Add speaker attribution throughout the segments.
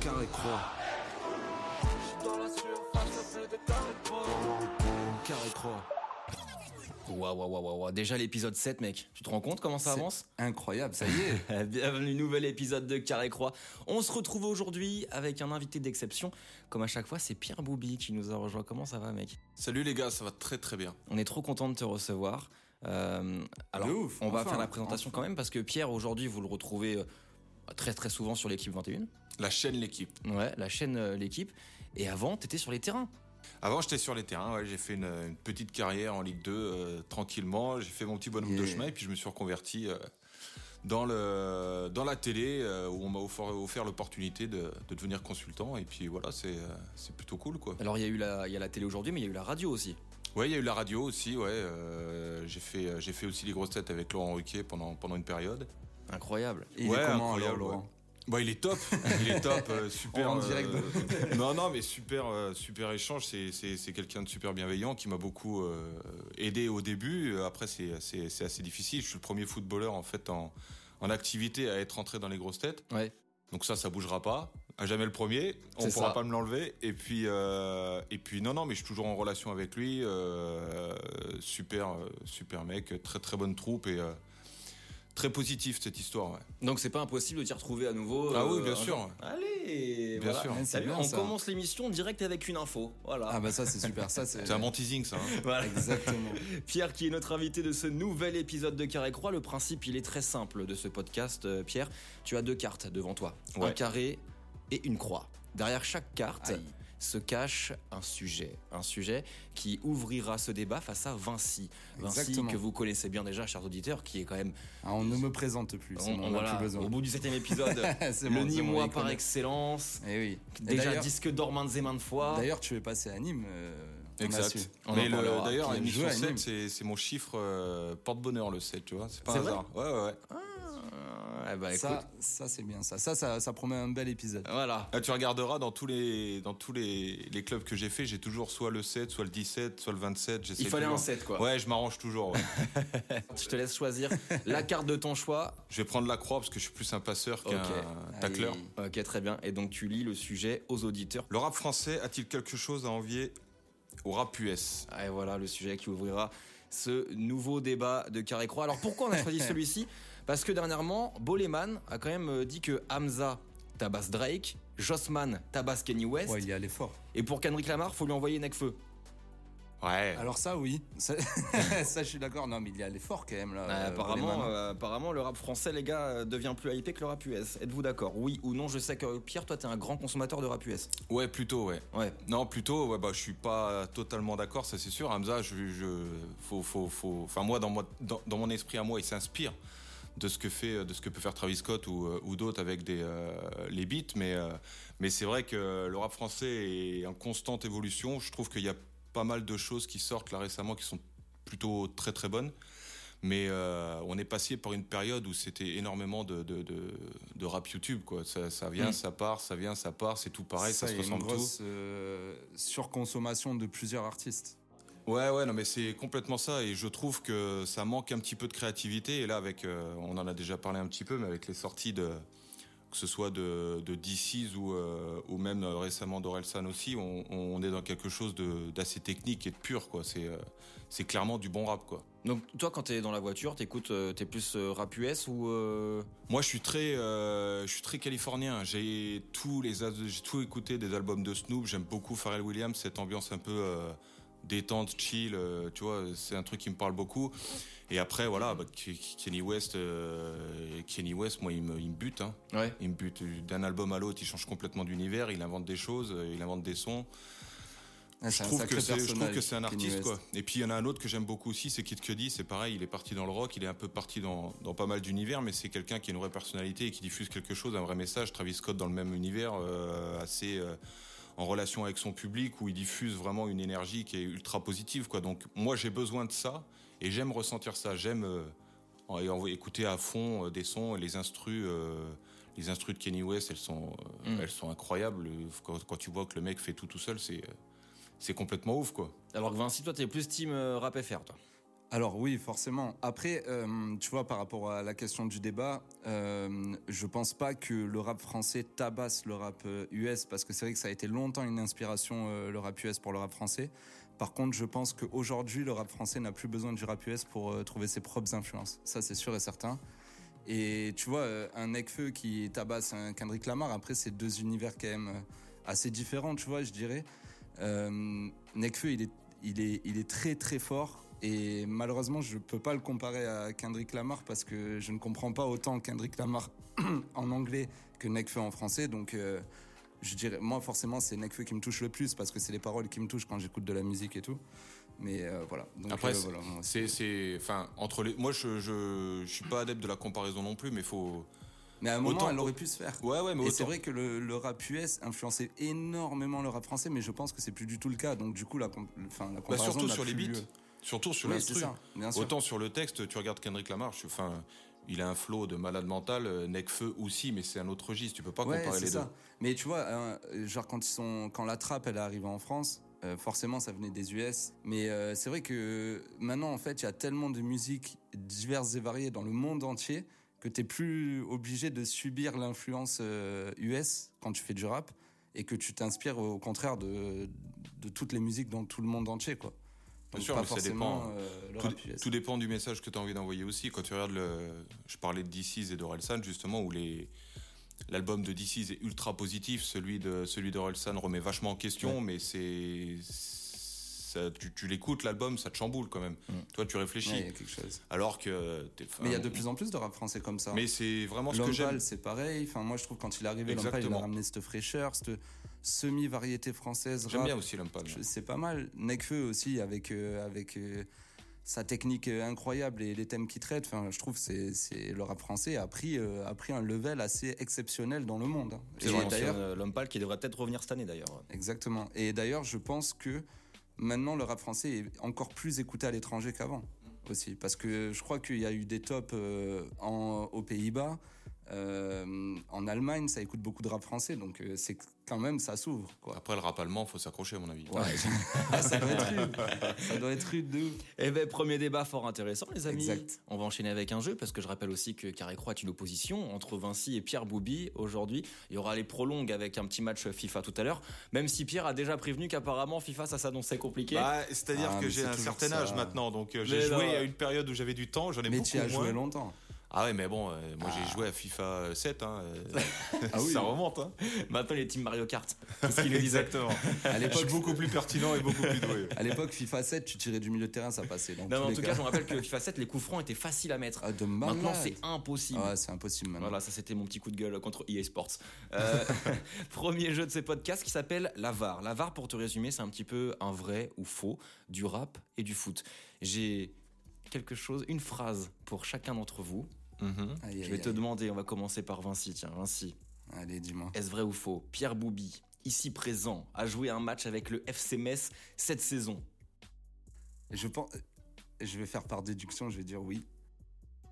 Speaker 1: carré croix.
Speaker 2: J'suis dans la surface, y'a plus de carré croix.
Speaker 1: Carré croix.
Speaker 3: Waouh, waouh, waouh, waouh. Déjà l'épisode 7, mec. Tu te rends compte comment ça
Speaker 1: C'est
Speaker 3: avance
Speaker 1: Incroyable, ça y est.
Speaker 3: Bienvenue, nouvel épisode de Carré Croix. On se retrouve aujourd'hui avec un invité d'exception. Comme à chaque fois, c'est Pierre Boubi qui nous a rejoint. Comment ça va, mec
Speaker 4: Salut les gars, ça va très très bien.
Speaker 3: On est trop content de te recevoir. Euh, alors,
Speaker 1: De ouf,
Speaker 3: on va
Speaker 1: enfin,
Speaker 3: faire la présentation quand même parce que Pierre, aujourd'hui, vous le retrouvez euh, très très souvent sur l'équipe 21.
Speaker 4: La chaîne L'équipe.
Speaker 3: Ouais, la chaîne euh, L'équipe. Et avant, t'étais sur les terrains.
Speaker 4: Avant, j'étais sur les terrains, ouais, j'ai fait une, une petite carrière en Ligue 2 euh, tranquillement, j'ai fait mon petit bonhomme de
Speaker 1: Yeah.
Speaker 4: chemin et puis je me suis reconverti euh, dans, le, dans la télé euh, où on m'a offert, offert l'opportunité de, de devenir consultant et puis voilà, c'est euh, c'est plutôt cool quoi.
Speaker 3: Alors, il y, a eu la- il y a la télé aujourd'hui, mais il y a eu la radio aussi.
Speaker 4: Ouais, il y a eu la radio aussi, ouais, euh, j'ai fait, j'ai fait aussi les grosses têtes avec Laurent Ruquier pendant, pendant une période.
Speaker 3: Incroyable.
Speaker 1: Il
Speaker 4: Ouais,
Speaker 1: est comment alors,
Speaker 4: incroyable,
Speaker 1: Laurent
Speaker 4: Bah, il est top, il est top, euh, super.
Speaker 1: En direct
Speaker 4: euh, non, non, mais super, euh, super échange. C'est, c'est, c'est quelqu'un de super bienveillant qui m'a beaucoup euh, aidé au début. Euh, Après, c'est, c'est, c'est assez difficile. Je suis le premier footballeur en fait en, en activité à être entré dans les grosses têtes.
Speaker 3: Ouais.
Speaker 4: Donc ça, ça bougera pas. À jamais le premier. On
Speaker 3: C'est
Speaker 4: pourra
Speaker 3: ça.
Speaker 4: pas me l'enlever. Et puis, euh, et puis, non, non, mais je suis toujours en relation avec lui. Euh, super, euh, super mec, très, très bonne troupe et euh, très positif cette histoire. Ouais.
Speaker 3: Donc c'est pas impossible de t'y retrouver à nouveau.
Speaker 4: Ah oui, bien
Speaker 3: un
Speaker 4: sûr.
Speaker 3: jour. Allez,
Speaker 4: Bien
Speaker 3: voilà.
Speaker 4: sûr.
Speaker 3: T'as
Speaker 1: C'est
Speaker 3: vu,
Speaker 1: bien,
Speaker 3: on
Speaker 1: ça.
Speaker 3: commence l'émission direct avec une info. Voilà.
Speaker 1: Ah bah ça c'est super, ça c'est...
Speaker 4: C'est un bon teasing, ça. hein.
Speaker 3: Voilà.
Speaker 1: Exactement.
Speaker 3: Pierre qui est notre invité de ce nouvel épisode de Carré Croix. Le principe, il est très simple de ce podcast, euh, Pierre. Tu as deux cartes devant toi. Un
Speaker 4: Ouais.
Speaker 3: carré et une croix. Derrière chaque carte
Speaker 1: Aïe.
Speaker 3: se cache un sujet. Un sujet qui ouvrira ce débat face à Vinci. Vinci
Speaker 1: Exactement.
Speaker 3: que vous connaissez bien déjà, chers auditeurs, qui est quand même...
Speaker 1: Ah, on ne me présente plus, on,
Speaker 3: on-
Speaker 1: n'en a
Speaker 3: voilà,
Speaker 1: plus besoin.
Speaker 3: au bout du septième épisode,
Speaker 1: C'est
Speaker 3: le
Speaker 1: bon, c'est bon, on
Speaker 3: Nîmois
Speaker 1: les
Speaker 3: par
Speaker 1: connaît.
Speaker 3: excellence.
Speaker 1: Eh oui. Et
Speaker 3: Déjà
Speaker 1: d'ailleurs-
Speaker 3: disque d'or maintes et maintes fois.
Speaker 1: D'ailleurs, tu es passé à Nîmes. euh, on a su.
Speaker 4: Exact.
Speaker 3: On en
Speaker 4: Mais le-
Speaker 3: parlera.
Speaker 4: d'ailleurs,
Speaker 1: Qui joue
Speaker 4: l'émission
Speaker 1: à
Speaker 4: 7,
Speaker 1: Nîmes.
Speaker 4: c'est c'est mon chiffre euh, porte-bonheur, le 7, tu vois. C'est pas
Speaker 3: C'est
Speaker 4: un hasard. Ouais, ouais, ouais.
Speaker 3: Ah, bah, écoute.
Speaker 1: ça, ça c'est bien ça. Ça, ça, ça promet un bel épisode.
Speaker 3: Voilà.
Speaker 4: Ah, tu regarderas dans tous les, dans tous les, les clubs que j'ai fait, j'ai toujours soit le 7, soit le 17, soit le 27. j'essaie
Speaker 3: Il fallait
Speaker 4: toujours.
Speaker 3: un 7, quoi.
Speaker 4: Ouais, je m'arrange toujours. ouais.
Speaker 3: Je te laisse choisir la carte de ton choix.
Speaker 4: je vais prendre la croix parce que je suis plus un passeur qu'un
Speaker 3: Ok.
Speaker 4: tacleur.
Speaker 1: Aïe.
Speaker 3: Ok, très bien. Et donc tu lis le sujet aux auditeurs.
Speaker 4: Le rap français a-t-il quelque chose à envier au rap US
Speaker 3: Ah, Et voilà le sujet qui ouvrira ce nouveau débat de Carré Croix. Alors pourquoi on a choisi celui-ci Parce que dernièrement, Boleman a quand même euh, dit que Hamza tabasse Drake, Jossman tabasse Kenny West,
Speaker 1: Ouais, il y a l'effort.
Speaker 3: et pour qu'Henrik Lamar, faut lui envoyer Necfeu.
Speaker 4: Ouais.
Speaker 1: Alors ça, oui. Ça, ça, je suis d'accord. Non, mais il y a l'effort quand même là.
Speaker 3: Euh,
Speaker 1: euh,
Speaker 3: apparemment,
Speaker 1: Coleman.
Speaker 3: euh, apparemment, le rap français, les gars, euh, devient plus hypé que le rap US. Êtes-vous d'accord Oui ou non Je sais que euh, Pierre, toi, t'es un grand consommateur de rap US.
Speaker 4: Ouais, plutôt, ouais.
Speaker 3: Ouais.
Speaker 4: Non, plutôt, ouais, bah, je suis pas totalement d'accord, ça c'est sûr. Hamza, je, je, faut, faut, faut, enfin moi, dans, moi dans, dans mon esprit à moi, il s'inspire de ce que fait, de ce que peut faire Travis Scott ou, euh, ou d'autres avec des, euh, les beats, mais, euh, mais c'est vrai que le rap français est en constante évolution. Je trouve qu'il y a pas mal de choses qui sortent là récemment qui sont plutôt très très bonnes. Mais euh, on est passé par une période où c'était énormément de, de, de, de rap YouTube. Quoi. Ça, ça vient,
Speaker 3: Mm.
Speaker 4: ça part, ça vient, ça part, c'est tout pareil, ça,
Speaker 1: il
Speaker 4: se
Speaker 1: y a une
Speaker 4: ressemble tout.
Speaker 1: grosse euh, surconsommation de plusieurs artistes.
Speaker 4: Ouais, ouais, non, mais c'est complètement ça. Et je trouve que ça manque un petit peu de créativité. Et là, avec, euh, on en a déjà parlé un petit peu, mais avec les sorties de, que ce soit de, de DC's ou, euh, ou même euh, récemment d'Orelsan aussi, on, on est dans quelque chose de- d'assez technique et de pur, quoi. C'est euh, c'est clairement du bon rap, quoi.
Speaker 3: Donc toi quand t'es dans la voiture, t'écoutes, euh, t'es plus euh, rap US ou euh,
Speaker 4: Moi, je suis très, euh, je suis très californien. J'ai tous les, as- j'ai tout écouté des albums de Snoop. J'aime beaucoup Pharrell Williams, cette ambiance un peu euh, détente, chill. euh, tu vois, c'est un truc qui me parle beaucoup. Et après, voilà, bah, Ke- Ke- Kenny West, euh, Kenny West, moi, il me, il me bute. hein.
Speaker 3: Ouais.
Speaker 4: Il me bute d'un album à l'autre. Il change complètement d'univers. Il invente des choses. euh, Il invente des sons.
Speaker 1: Ah,
Speaker 4: Je
Speaker 1: c'est un
Speaker 4: trouve,
Speaker 1: sacré
Speaker 4: que c'est, je trouve
Speaker 1: personnage,
Speaker 4: que c'est un
Speaker 1: Kanye
Speaker 4: artiste,
Speaker 1: West.
Speaker 4: quoi. Et puis, il y en a un autre que j'aime beaucoup aussi, c'est Kid Cudi. C'est pareil, il est parti dans le rock, il est un peu parti dans, dans pas mal d'univers, mais c'est quelqu'un qui a une vraie personnalité et qui diffuse quelque chose, un vrai message. Travis Scott dans le même univers, euh, assez euh, en relation avec son public, où il diffuse vraiment une énergie qui est ultra positive, quoi. Donc, moi, j'ai besoin de ça et j'aime ressentir ça. J'aime euh, en- et en- écouter à fond euh, des sons et les instrus. euh, les instrus de Kenny West, elles sont, euh,
Speaker 3: Mm.
Speaker 4: elles sont incroyables. Quand, quand tu vois que le mec fait tout tout seul, c'est, euh, c'est complètement ouf, quoi.
Speaker 3: Alors que Vinci, toi t'es plus team euh, rap FR toi.
Speaker 1: Alors oui, forcément. Après, euh, tu vois, par rapport à la question du débat, euh, je pense pas que le rap français tabasse le rap euh, US, parce que c'est vrai que ça a été longtemps une inspiration, euh, le rap US pour le rap français. Par contre, je pense qu'aujourd'hui, le rap français n'a plus besoin du rap US pour euh, trouver ses propres influences. Ça, c'est sûr et certain. Et tu vois, euh, un Necfeu qui tabasse un Kendrick Lamar, après, c'est deux univers quand même euh, assez différents, tu vois, je dirais. Euh, Nekfeu, il est, il, est, il est très très fort. Et malheureusement, je peux pas le comparer à Kendrick Lamar parce que je ne comprends pas autant Kendrick Lamar en anglais que Nekfeu en français. Donc, euh, je dirais, moi, forcément, c'est Nekfeu qui me touche le plus parce que c'est les paroles qui me touchent quand j'écoute de la musique et tout. Mais euh, voilà. Donc,
Speaker 4: Après,
Speaker 1: euh, voilà, moi,
Speaker 4: C'est, c'est, enfin, entre les. Moi, je, je, je suis pas adepte de la comparaison non plus, mais faut.
Speaker 1: Mais à un moment,
Speaker 4: autant-
Speaker 1: elle aurait pu se faire.
Speaker 4: Ouais, ouais, mais
Speaker 1: Et
Speaker 4: autant-
Speaker 1: c'est vrai que le, le rap US influençait énormément le rap français, mais je pense que c'est plus du tout le cas. Donc du coup, la, com- enfin, la
Speaker 4: Bah,
Speaker 1: comparaison
Speaker 4: surtout
Speaker 1: n'a
Speaker 4: sur les
Speaker 1: plus
Speaker 4: beats,
Speaker 1: lieu.
Speaker 4: surtout sur
Speaker 1: Oui,
Speaker 4: l'instru.
Speaker 1: c'est ça, bien sûr.
Speaker 4: Autant sur le texte, tu regardes Kendrick Lamar, je- enfin, il a un flow de malade mental, euh, Necfeu aussi, mais c'est un autre registre. Tu peux pas
Speaker 1: Ouais,
Speaker 4: comparer
Speaker 1: c'est
Speaker 4: les
Speaker 1: ça.
Speaker 4: deux.
Speaker 1: Mais tu vois, hein, genre quand ils sont, quand la trappe elle est arrivée en France, euh, forcément ça venait des US. Mais euh, c'est vrai que maintenant en fait, il y a tellement de musiques diverses et variées dans le monde entier que t'es plus obligé de subir l'influence euh, US quand tu fais du rap et que tu t'inspires au contraire de, de toutes les musiques dans tout le monde entier, quoi.
Speaker 4: Bien sûr,
Speaker 1: pas
Speaker 4: mais ça
Speaker 1: forcément,
Speaker 4: dépend.
Speaker 1: euh, le
Speaker 4: Tout,
Speaker 1: rap US.
Speaker 4: tout dépend du message que tu as envie d'envoyer aussi. Quand tu regardes le. Je parlais de DC's et d'Orelsan, justement, où les. L'album de DC's est ultra positif, celui de celui d'Orelsan remet vachement en question, mais c'est. ça- tu tu l'écoutes, l'album, ça te chamboule quand même. Toi, tu réfléchis.
Speaker 1: Mm. Ouais, il y a quelque chose.
Speaker 4: Alors que. t'es- enfin,
Speaker 1: Mais il y a de plus en plus de rap français comme ça. hein.
Speaker 4: Mais c'est vraiment ce que j'aime.
Speaker 1: Lombal, c'est pareil. Enfin, moi, je trouve quand il est arrivé, Lombal, il a
Speaker 4: Exactement.
Speaker 1: ramené cette fraîcheur, cette semi-variété française.
Speaker 4: J'aime
Speaker 1: rap.
Speaker 4: bien aussi Lompal.
Speaker 1: Je- C'est pas mal. Nekfeu aussi, avec, euh, avec euh, sa technique euh, incroyable et les thèmes qu'il traite. Enfin, je trouve que c'est- c'est- le rap français a pris, euh, a pris un level assez exceptionnel dans le monde. hein.
Speaker 3: C'est
Speaker 1: Et
Speaker 3: vrai,
Speaker 1: d'ailleurs,
Speaker 3: d'ailleurs, euh, l'homme pâle qui devrait peut-être revenir cette année d'ailleurs.
Speaker 1: Exactement. Et d'ailleurs, je pense que maintenant, le rap français est encore plus écouté à l'étranger qu'avant aussi. Parce que je crois qu'il y a eu des tops euh, en- aux Pays-Bas. euh, en Allemagne, ça écoute beaucoup de rap français, donc euh, c'est quand même, ça s'ouvre. quoi.
Speaker 4: Après le rap allemand, faut s'accrocher à mon avis.
Speaker 1: Ouais. Ah, ça doit être rude. Ça doit être rude de ouf.
Speaker 3: Eh ben, premier débat fort intéressant, les amis.
Speaker 1: Exact.
Speaker 3: On va enchaîner avec un jeu, parce que je rappelle aussi que Carré Croix est une opposition entre Vinci et Pierre Boubi aujourd'hui. Il y aura les prolongues avec un petit match FIFA tout à l'heure, même si Pierre a déjà prévenu qu'apparemment FIFA, ça s'annonçait compliqué.
Speaker 4: Bah, C'est-à-dire
Speaker 1: Ah,
Speaker 4: que
Speaker 1: mais
Speaker 4: j'ai
Speaker 1: c'est
Speaker 4: un
Speaker 1: toujours
Speaker 4: certain
Speaker 1: ça.
Speaker 4: âge maintenant, donc euh, j'ai
Speaker 3: Mais
Speaker 4: joué
Speaker 3: non.
Speaker 4: à une période où j'avais du temps, j'en ai
Speaker 1: Mais
Speaker 4: beaucoup
Speaker 1: tu y as
Speaker 4: moins.
Speaker 1: joué longtemps.
Speaker 4: Ah ouais, mais bon, euh, moi j'ai joué à FIFA 7, hein, euh,
Speaker 1: Ah oui.
Speaker 4: ça remonte. Hein.
Speaker 3: Maintenant, les teams Mario Kart. C'est ce qu'il nous disait.
Speaker 4: Exactement.
Speaker 1: À
Speaker 4: Je suis
Speaker 1: l'époque,
Speaker 4: beaucoup plus pertinent et beaucoup plus doué.
Speaker 1: à l'époque, FIFA 7, tu tirais du milieu de terrain, ça passait. dans
Speaker 3: Non,
Speaker 1: tous
Speaker 3: mais en
Speaker 1: les
Speaker 3: tout
Speaker 1: cas.
Speaker 3: cas, je me rappelle que FIFA 7, les coups francs étaient faciles à mettre.
Speaker 1: Ah, de
Speaker 3: Maintenant,
Speaker 1: malade.
Speaker 3: c'est impossible.
Speaker 1: Ah, c'est impossible maintenant.
Speaker 3: Voilà, ça c'était mon petit coup de gueule contre EA Sports. Euh, premier jeu de ces podcasts qui s'appelle La VAR. La VAR, pour te résumer, c'est un petit peu un vrai ou faux du rap et du foot. J'ai quelque chose, une phrase pour chacun d'entre vous.
Speaker 4: Mhm.
Speaker 1: Aïe,
Speaker 3: Je
Speaker 1: aïe,
Speaker 3: vais te
Speaker 1: aïe.
Speaker 3: demander, on va commencer par Vinci. Tiens, Vinci,
Speaker 1: Allez, dis-moi.
Speaker 3: est-ce vrai ou faux Pierre Boubi, ici présent, a joué un match avec le FC Metz cette saison.
Speaker 1: Je pense, je vais faire par déduction, je vais dire oui.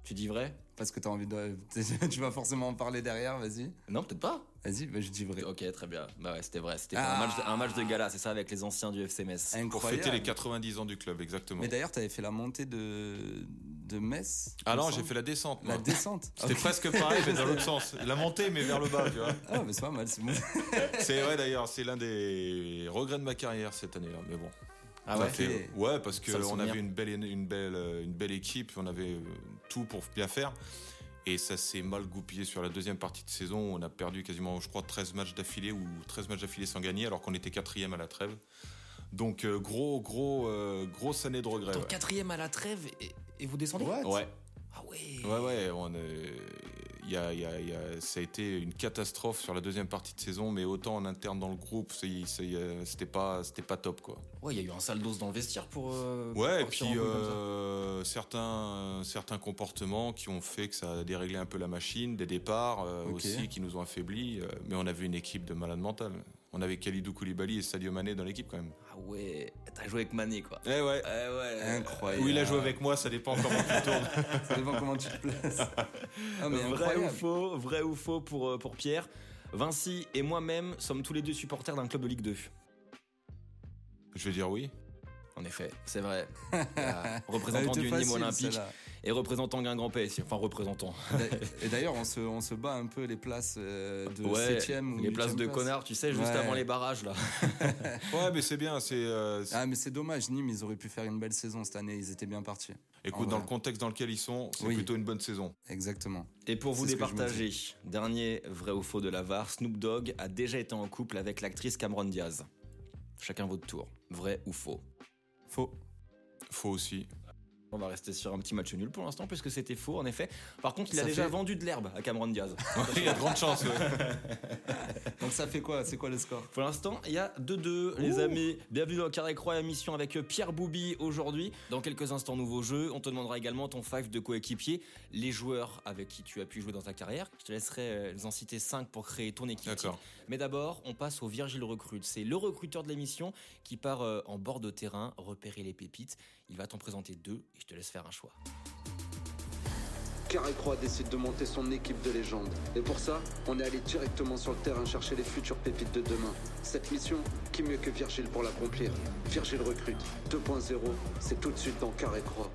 Speaker 3: Tu dis vrai
Speaker 1: Parce que t'as envie de. tu vas forcément en parler derrière, vas-y.
Speaker 3: Non, peut-être pas.
Speaker 1: Vas-y, bah, je dis vrai.
Speaker 3: Ok, très bien. Bah ouais, c'était vrai. C'était
Speaker 1: Ah.
Speaker 3: un, match de, un match de gala, c'est ça, avec les anciens du FC Metz.
Speaker 4: Pour
Speaker 1: Incroyable.
Speaker 4: fêter les 90 ans du club, exactement.
Speaker 1: Mais d'ailleurs, t'avais fait la montée de, de Metz.
Speaker 4: Ah
Speaker 1: il me
Speaker 4: non, j'ai
Speaker 1: semble.
Speaker 4: fait la descente.
Speaker 1: La
Speaker 4: moi.
Speaker 1: descente.
Speaker 4: C'était
Speaker 1: Ok.
Speaker 4: presque pareil, mais dans l'autre sens. La montée, mais vers le bas, tu vois.
Speaker 1: Ah, mais c'est pas mal, c'est bon.
Speaker 4: C'est vrai d'ailleurs, c'est l'un des regrets de ma carrière cette année. hein, Mais bon.
Speaker 3: Ah
Speaker 4: Ça
Speaker 3: ouais
Speaker 1: Ok.
Speaker 4: fait- ouais, parce que
Speaker 3: Ça, le
Speaker 4: on
Speaker 3: souvenir.
Speaker 4: avait une belle, une belle, euh, une belle équipe, on avait euh, tout pour bien faire. Et ça s'est mal goupillé sur la deuxième partie de saison. On a perdu quasiment, je crois, 13 matchs d'affilée ou 13 matchs d'affilée sans gagner, alors qu'on était quatrième à la trêve. Donc, euh, gros, gros, euh, grosse année de regret.
Speaker 3: Ton
Speaker 4: Ouais.
Speaker 3: quatrième à la trêve et, et vous descendez
Speaker 4: Ouais,
Speaker 3: Ah ouais.
Speaker 4: ouais, ouais, on, euh, y a- y a- y a- ça a été une catastrophe sur la deuxième partie de saison, mais autant en interne dans le groupe, c'est- c'est, euh, c'était pas, c'était pas top, quoi.
Speaker 3: Ouais, il y a eu un sale dos dans le vestiaire pour. euh,
Speaker 4: Ouais,
Speaker 3: partir
Speaker 4: et
Speaker 3: en
Speaker 4: puis
Speaker 3: couille comme ça.
Speaker 4: euh, certains, certains comportements qui ont fait que ça a déréglé un peu la machine, des départs euh,
Speaker 1: Ok.
Speaker 4: aussi qui nous ont affaiblis. euh, mais on avait une équipe de malades mentales. On avait Khalidou Koulibaly et Sadio Mané dans l'équipe quand même.
Speaker 3: Ah ouais, t'as joué avec Mané quoi.
Speaker 4: Eh ouais.
Speaker 3: Ouais, ouais.
Speaker 1: Incroyable.
Speaker 4: Où il a joué avec moi, ça dépend comment tu tournes.
Speaker 1: Ça dépend comment tu te places. Ah, mais
Speaker 3: vrai ou
Speaker 1: incroyable.
Speaker 3: faux, vrai ou faux pour, euh, pour Pierre. Vinci et moi-même sommes tous les deux supporters d'un club de Ligue 2.
Speaker 4: Je vais dire oui.
Speaker 3: En effet, c'est vrai. Il y a représentant
Speaker 1: Elle était
Speaker 3: du Nîmes
Speaker 1: facile,
Speaker 3: Olympique
Speaker 1: celle-là.
Speaker 3: et représentant Guingampais, ici. enfin représentant.
Speaker 1: D'a- Et d'ailleurs, on se, on se bat un peu les places euh, de
Speaker 3: Ouais,
Speaker 1: 7ème ou
Speaker 3: les places
Speaker 1: 8e
Speaker 3: de
Speaker 1: place.
Speaker 3: connards, tu sais, juste
Speaker 1: Ouais.
Speaker 3: avant les barrages là.
Speaker 4: Ouais, mais c'est bien. C'est. euh, c'est-
Speaker 1: Ah, mais c'est dommage, Nîmes, ils auraient pu faire une belle saison cette année, ils étaient bien partis.
Speaker 4: Écoute,
Speaker 1: Ah,
Speaker 4: dans
Speaker 1: ouais.
Speaker 4: le contexte dans lequel ils sont, c'est
Speaker 1: Oui.
Speaker 4: plutôt une bonne saison.
Speaker 1: Exactement.
Speaker 3: Et pour vous
Speaker 1: C'est ce que je me
Speaker 3: départager, dernier vrai ou faux de la VAR, Snoop Dogg a déjà été en couple avec l'actrice Cameron Diaz. Chacun votre tour, vrai ou faux.
Speaker 1: Faux.
Speaker 4: Faut aussi.
Speaker 3: On va rester sur un petit match nul pour l'instant puisque c'était faux en effet. Par contre, il a
Speaker 1: Ça
Speaker 3: déjà
Speaker 1: fait-
Speaker 3: vendu de l'herbe à Cameron Diaz.
Speaker 4: Il y a de grandes chances. ouais.
Speaker 1: Donc ça fait quoi C'est quoi le score
Speaker 3: Pour l'instant, il y a 2-2, les
Speaker 1: Ouh.
Speaker 3: amis. Bienvenue dans Carré Croix, émission avec Pierre Boubi aujourd'hui. Dans quelques instants, nouveau jeu. On te demandera également ton five de coéquipier, les joueurs avec qui tu as pu jouer dans ta carrière. Je te laisserai euh, les en citer 5 pour créer ton équipe.
Speaker 4: D'accord.
Speaker 3: Mais d'abord, on passe au Virgile Recrute. C'est le recruteur de l'émission qui part euh, en bord de terrain repérer les pépites. Il va t'en présenter deux et je te laisse faire un choix.
Speaker 5: Carré Croix décide de monter son équipe de légende. Et pour ça, on est allé directement sur le terrain chercher les futures pépites de demain. Cette mission, qui mieux que Virgile pour l'accomplir Virgile recrute 2.0, c'est tout de suite dans Carré Croix.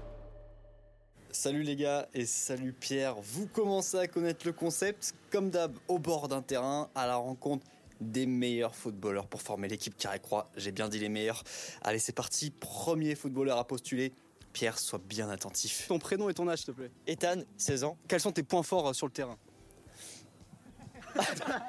Speaker 6: Salut les gars et salut Pierre, vous commencez à connaître le concept, comme d'hab au bord d'un terrain, à la rencontre des meilleurs footballeurs pour former l'équipe Carré-Croix, j'ai bien dit les meilleurs. Allez c'est parti, premier footballeur à postuler, Pierre sois bien attentif.
Speaker 7: Ton prénom et ton âge, s'il te plaît.
Speaker 6: Ethan, 16 ans,
Speaker 7: Quels sont tes points forts euh, sur le terrain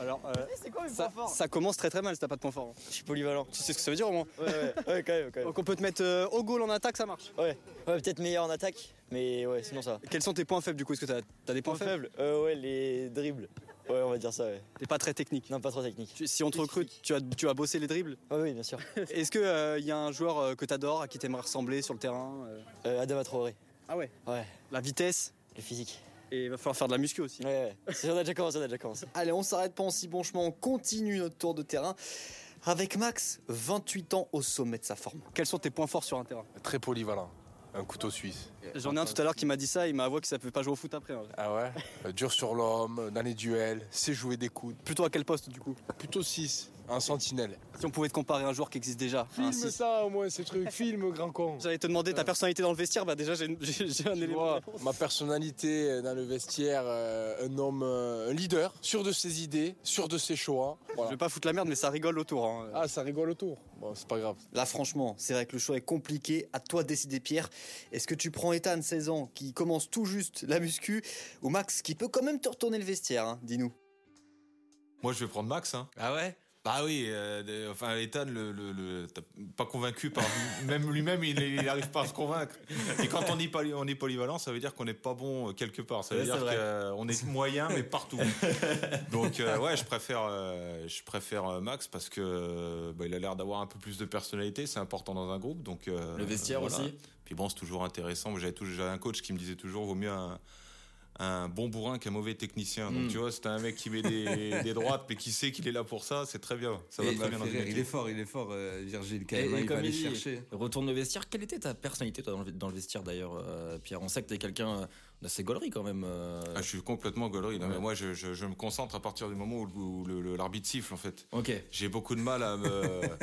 Speaker 7: Alors, euh, ça, ça commence très très mal si t'as pas de points forts. hein.
Speaker 6: je suis polyvalent.
Speaker 7: Tu sais ce que ça veut dire au moins
Speaker 6: Ouais, ouais, ouais quand même, quand même.
Speaker 7: Donc on peut te mettre euh, au goal en attaque, ça marche.
Speaker 6: Ouais, peut-être meilleur en attaque, mais ouais, sinon ça va.
Speaker 7: Quels sont tes points faibles du coup Est-ce que t'as as des points faibles
Speaker 6: euh, ouais, les dribbles. Ouais, on va dire ça, ouais.
Speaker 7: T'es pas très technique.
Speaker 6: Non, pas trop technique.
Speaker 7: Tu- Si on te recrute, tu vas, tu vas bosser les dribbles.
Speaker 6: Ouais, oui, bien sûr.
Speaker 7: Est-ce qu'il y a un joueur euh, que t'adores, à qui t'aimerais ressembler sur le terrain euh,
Speaker 6: Euh, Adama Traoré,
Speaker 7: Ah ouais
Speaker 6: Ouais.
Speaker 7: La vitesse
Speaker 6: le physique.
Speaker 7: et il va falloir faire de la muscu aussi.
Speaker 6: Ouais, ouais. C'est- on a déjà commencé, on a déjà commencé. Allez, on s'arrête pas en si bon chemin, on continue notre tour de terrain avec Max, 28 ans au sommet de sa forme.
Speaker 7: Quels sont tes points forts sur un terrain
Speaker 8: Très polyvalent. Un couteau suisse.
Speaker 7: J'en ai un tout à l'heure qui m'a dit ça, il m'a avoué que ça pouvait pas jouer au foot après. hein.
Speaker 8: Ah ouais Euh, Dur sur l'homme, dans les duels, sait jouer des coudes.
Speaker 7: Plutôt à quel poste du coup
Speaker 8: Plutôt 6, en sentinelle.
Speaker 7: Si on pouvait te comparer à un joueur qui existe déjà. à un
Speaker 8: Filme
Speaker 7: six.
Speaker 8: ça au moins, ce truc. Filme, grand con.
Speaker 7: J'allais te demander ta personnalité dans le vestiaire, bah déjà j'ai une- j'ai j'ai un
Speaker 8: Tu
Speaker 7: élément.
Speaker 8: vois, ma personnalité euh, dans le vestiaire, euh, un homme, euh, un leader, sûr de ses idées, sûr de ses choix.
Speaker 7: Je
Speaker 8: Voilà.
Speaker 7: vais pas foutre la merde, mais ça rigole autour. hein.
Speaker 8: Ah, ça rigole autour. Bon, c'est pas grave.
Speaker 6: Là, franchement, c'est vrai que le choix est compliqué. À toi de décider, Pierre. Est-ce que tu prends Ethan, 16 ans, qui commence tout juste la muscu, ou Max, qui peut quand même te retourner le vestiaire hein, Dis-nous.
Speaker 4: Moi, je vais prendre Max. hein.
Speaker 3: Ah ouais
Speaker 4: Bah oui, euh, de- enfin Ethan, le, le- le- t'as pas convaincu par même lui-même, il il arrive pas à se convaiaincre. Et quand on dit poly- on est polyvalent, ça veut dire qu'on n'est pas bon euh, quelque part. Ça veut
Speaker 3: Ouais, c'est
Speaker 4: dire
Speaker 3: vrai.
Speaker 4: qu'on est moyen mais partout. Donc euh, ouais, je préfère, euh, je préfère euh, Max parce que euh, bah, il a l'air d'avoir un peu plus de personnalité. C'est important dans un groupe. Donc euh,
Speaker 3: Le vestiaire
Speaker 4: voilà.
Speaker 3: aussi
Speaker 4: Puis bon, c'est toujours intéressant. Moi, J'avais toujours- j'avais un coach qui me disait toujours vaut mieux un, un bon bourrin qu'un mauvais technicien.
Speaker 1: Hmm.
Speaker 4: Donc
Speaker 3: Mm.
Speaker 4: tu vois, c'est un mec qui met des, des droites, mais qui sait qu'il est là pour ça, c'est très bien. Ça va
Speaker 1: Et il,
Speaker 4: très
Speaker 1: m'a
Speaker 4: bien dans
Speaker 1: fait
Speaker 4: une
Speaker 1: rire, il est
Speaker 4: équipe.
Speaker 1: fort, il est fort, euh, Virgile, quand
Speaker 3: Et-
Speaker 1: même,
Speaker 3: et
Speaker 1: il va
Speaker 3: comme
Speaker 1: aller
Speaker 3: il dit,
Speaker 1: chercher.
Speaker 3: Retourne le vestiaire. Quelle était ta personnalité toi, dans, le, dans le vestiaire d'ailleurs, euh, Pierre On sait que t'es quelqu'un euh, d'assez gaulerie quand même. euh.
Speaker 4: Ah, je suis complètement gaulerie. Non,
Speaker 3: Ouais.
Speaker 4: mais moi, je, je- je me concentre à partir du moment où, où le- le- l'arbitre siffle, en fait.
Speaker 3: Ok.
Speaker 4: J'ai beaucoup de mal à me.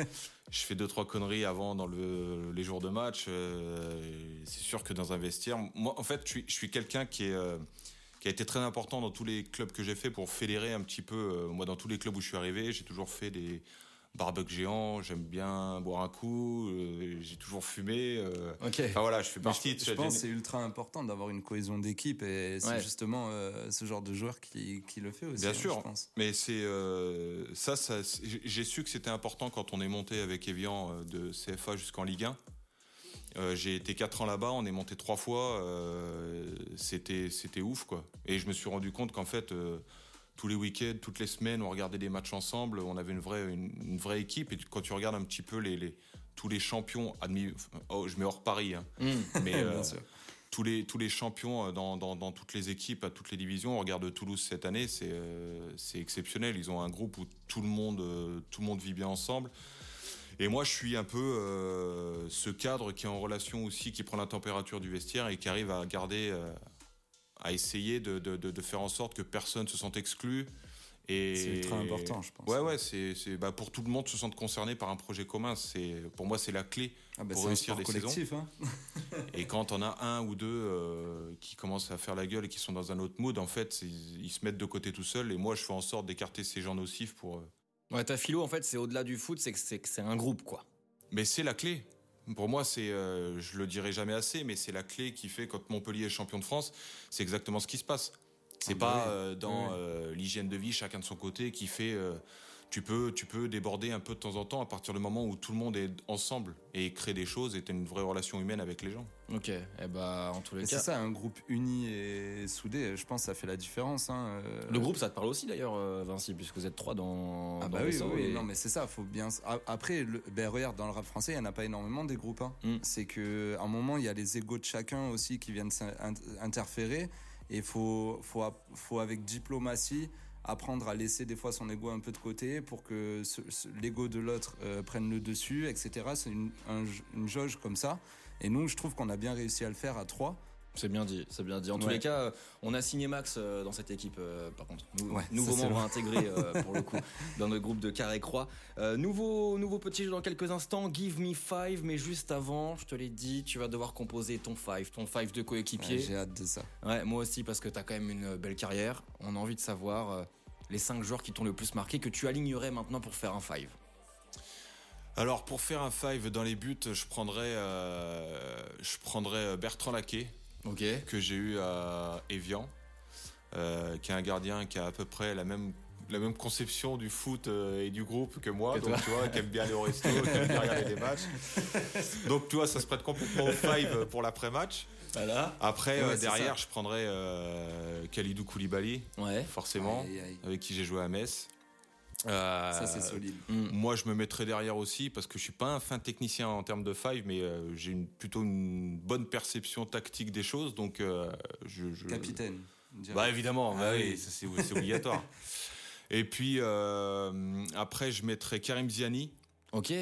Speaker 4: je fais deux trois conneries avant dans le, les jours de match. euh, c'est sûr que dans un vestiaire, moi en fait, je suis, je suis quelqu'un qui est euh, qui a été très important dans tous les clubs que j'ai fait pour fédérer un petit peu. euh, moi, dans tous les clubs où je suis arrivé, j'ai toujours fait des barbecues géants. J'aime bien boire un coup. euh, j'ai toujours fumé. euh.
Speaker 3: Ok.
Speaker 4: Enfin voilà, je fais
Speaker 1: Mais
Speaker 4: partie de
Speaker 1: je, je
Speaker 4: cette
Speaker 1: pense que
Speaker 4: géné-
Speaker 1: c'est ultra important d'avoir une cohésion d'équipe et c'est
Speaker 3: Ouais.
Speaker 1: justement euh, ce genre de joueur qui, qui le fait aussi.
Speaker 4: Bien
Speaker 1: hein,
Speaker 4: sûr.
Speaker 1: je pense.
Speaker 4: Mais c'est euh, ça, ça c'est- j'ai su que c'était important quand on est monté avec Evian euh, de CFA jusqu'en Ligue 1. Euh, j'ai été 4 ans là-bas, on est monté 3 fois, euh, c'était c'était ouf quoi. Et je me suis rendu compte qu'en fait euh, tous les week-ends, toutes les semaines, on regardait des matchs ensemble, on avait une vraie une, une vraie équipe. Et quand tu regardes un petit peu les, les- tous les champions, admis, oh, je mets hors Paris, hein,
Speaker 3: Hmm.
Speaker 4: mais
Speaker 1: Bien
Speaker 4: euh,
Speaker 1: sûr.
Speaker 4: tous les, tous les champions euh, dans, dans- dans toutes les équipes, à toutes les divisions. On regarde Toulouse cette année, c'est euh, c'est exceptionnel. Ils ont un groupe où tout le monde, euh, tout le monde vit bien ensemble. Et moi, je suis un peu euh, ce cadre qui est en relation aussi, qui prend la température du vestiaire et qui arrive à garder, euh, à essayer de, de- de- de faire en sorte que personne se sente exclu Et
Speaker 1: C'est ultra important, je pense.
Speaker 4: Ouais, ouais, c'est c'est- bah, pour tout le monde se sentir concerné par un projet commun. C'est pour moi c'est la clé.
Speaker 1: Ah bah,
Speaker 4: pour
Speaker 1: c'est un
Speaker 4: réussir
Speaker 1: sport
Speaker 4: des
Speaker 1: collectif. hein.
Speaker 4: Et quand on a un ou deux euh, qui commencent à faire la gueule et qui sont dans un autre mood, en fait, c'est- ils se mettent de côté tout seuls. Et moi, je fais en sorte d'écarter ces gens nocifs pour. euh,
Speaker 3: Ouais, ta philo, en fait, c'est au-delà du foot, c'est que c'est que c'est un groupe, quoi.
Speaker 4: Mais c'est la clé. Pour moi, c'est, euh, je le dirai jamais assez, mais c'est la clé qui fait quand Montpellier est champion de France, c'est exactement ce qui se passe. C'est
Speaker 1: Ah bah
Speaker 4: pas
Speaker 1: oui.
Speaker 4: euh, dans
Speaker 1: Oui.
Speaker 4: euh, l'hygiène de vie, chacun de son côté, qui fait. euh, tu peux, tu peux déborder un peu de temps en temps à partir du moment où tout le monde est ensemble et crée des choses et t'as une vraie relation humaine avec les gens.
Speaker 3: Ok, et bah, en tous les
Speaker 1: Mais C'est
Speaker 3: cas.
Speaker 1: ça, un groupe uni et soudé, je pense que ça fait la différence. hein, euh.
Speaker 3: Le groupe, ça te parle aussi d'ailleurs, euh, Vinci, puisque vous êtes trois dans.
Speaker 1: Ah
Speaker 3: dans
Speaker 1: bah oui,
Speaker 3: Vaisseau
Speaker 1: oui,
Speaker 3: et-
Speaker 1: non mais c'est ça, faut bien. s- a- Après, le... ben regarde, dans le rap français, il y en a pas énormément des groupes. hein.
Speaker 3: Mm.
Speaker 1: C'est que à un moment, il y a les égos de chacun aussi qui viennent s'in- in- interférer et faut faut a- faut avec diplomatie apprendre à laisser des fois son ego un peu de côté pour que ce- ce- l'ego de l'autre euh, prenne le dessus, etc. C'est une, un- une jauge comme ça. Et nous, je trouve qu'on a bien réussi à le faire à trois.
Speaker 3: C'est bien dit, c'est bien dit. En tous
Speaker 1: Ouais.
Speaker 3: les cas, euh, on a signé Max euh, dans cette équipe, euh, par contre. Nou-
Speaker 1: Ouais,
Speaker 3: nouveau
Speaker 1: ça, c'est
Speaker 3: membre intégré euh, pour le coup dans notre groupe de Carré Croix. Euh, nouveau, nouveau petit jeu dans quelques instants. Give me five, mais juste avant, je te l'ai dit, tu vas devoir composer ton five, ton five de
Speaker 1: Ouais,
Speaker 3: coéquipier.
Speaker 1: J'ai hâte de ça.
Speaker 3: Ouais, moi aussi, parce que t'as quand même une belle carrière. On a envie de savoir euh, les 5 joueurs qui t'ont le plus marqué, que tu alignerais maintenant pour faire un 5.
Speaker 4: Alors pour faire un five dans les buts, je prendrais, euh, je prendrais Bertrand Laquet,
Speaker 3: Ok.
Speaker 4: que j'ai eu à Evian, euh, qui est un gardien qui a à peu près la même la même conception du foot euh, et du groupe que moi,
Speaker 3: Que
Speaker 4: donc tu vois, qui aime bien aller au resto, qui aime bien regarder des matchs. Donc tu vois, ça se prête complètement au five pour l'après-match.
Speaker 3: Voilà.
Speaker 4: Après,
Speaker 1: Ouais,
Speaker 4: euh,
Speaker 1: c'est
Speaker 4: derrière, je prendrais euh, Khalidou Koulibaly,
Speaker 3: Ouais.
Speaker 4: forcément,
Speaker 1: Aïe, aïe, aïe.
Speaker 4: avec qui j'ai joué à Metz. Euh,
Speaker 1: Ça c'est solide.
Speaker 3: Mm.
Speaker 4: moi, je me mettrais derrière aussi parce que je suis pas un fin technicien en termes de five, mais euh, j'ai une, plutôt une bonne perception tactique des choses. Donc, euh, je, je-
Speaker 1: Capitaine. on dirait.
Speaker 4: Bah évidemment, bah
Speaker 1: Ah
Speaker 4: oui,
Speaker 1: oui.
Speaker 4: ça, c'est c'est obligatoire. Et puis euh, après, je mettrais Karim Ziani.
Speaker 3: Ok.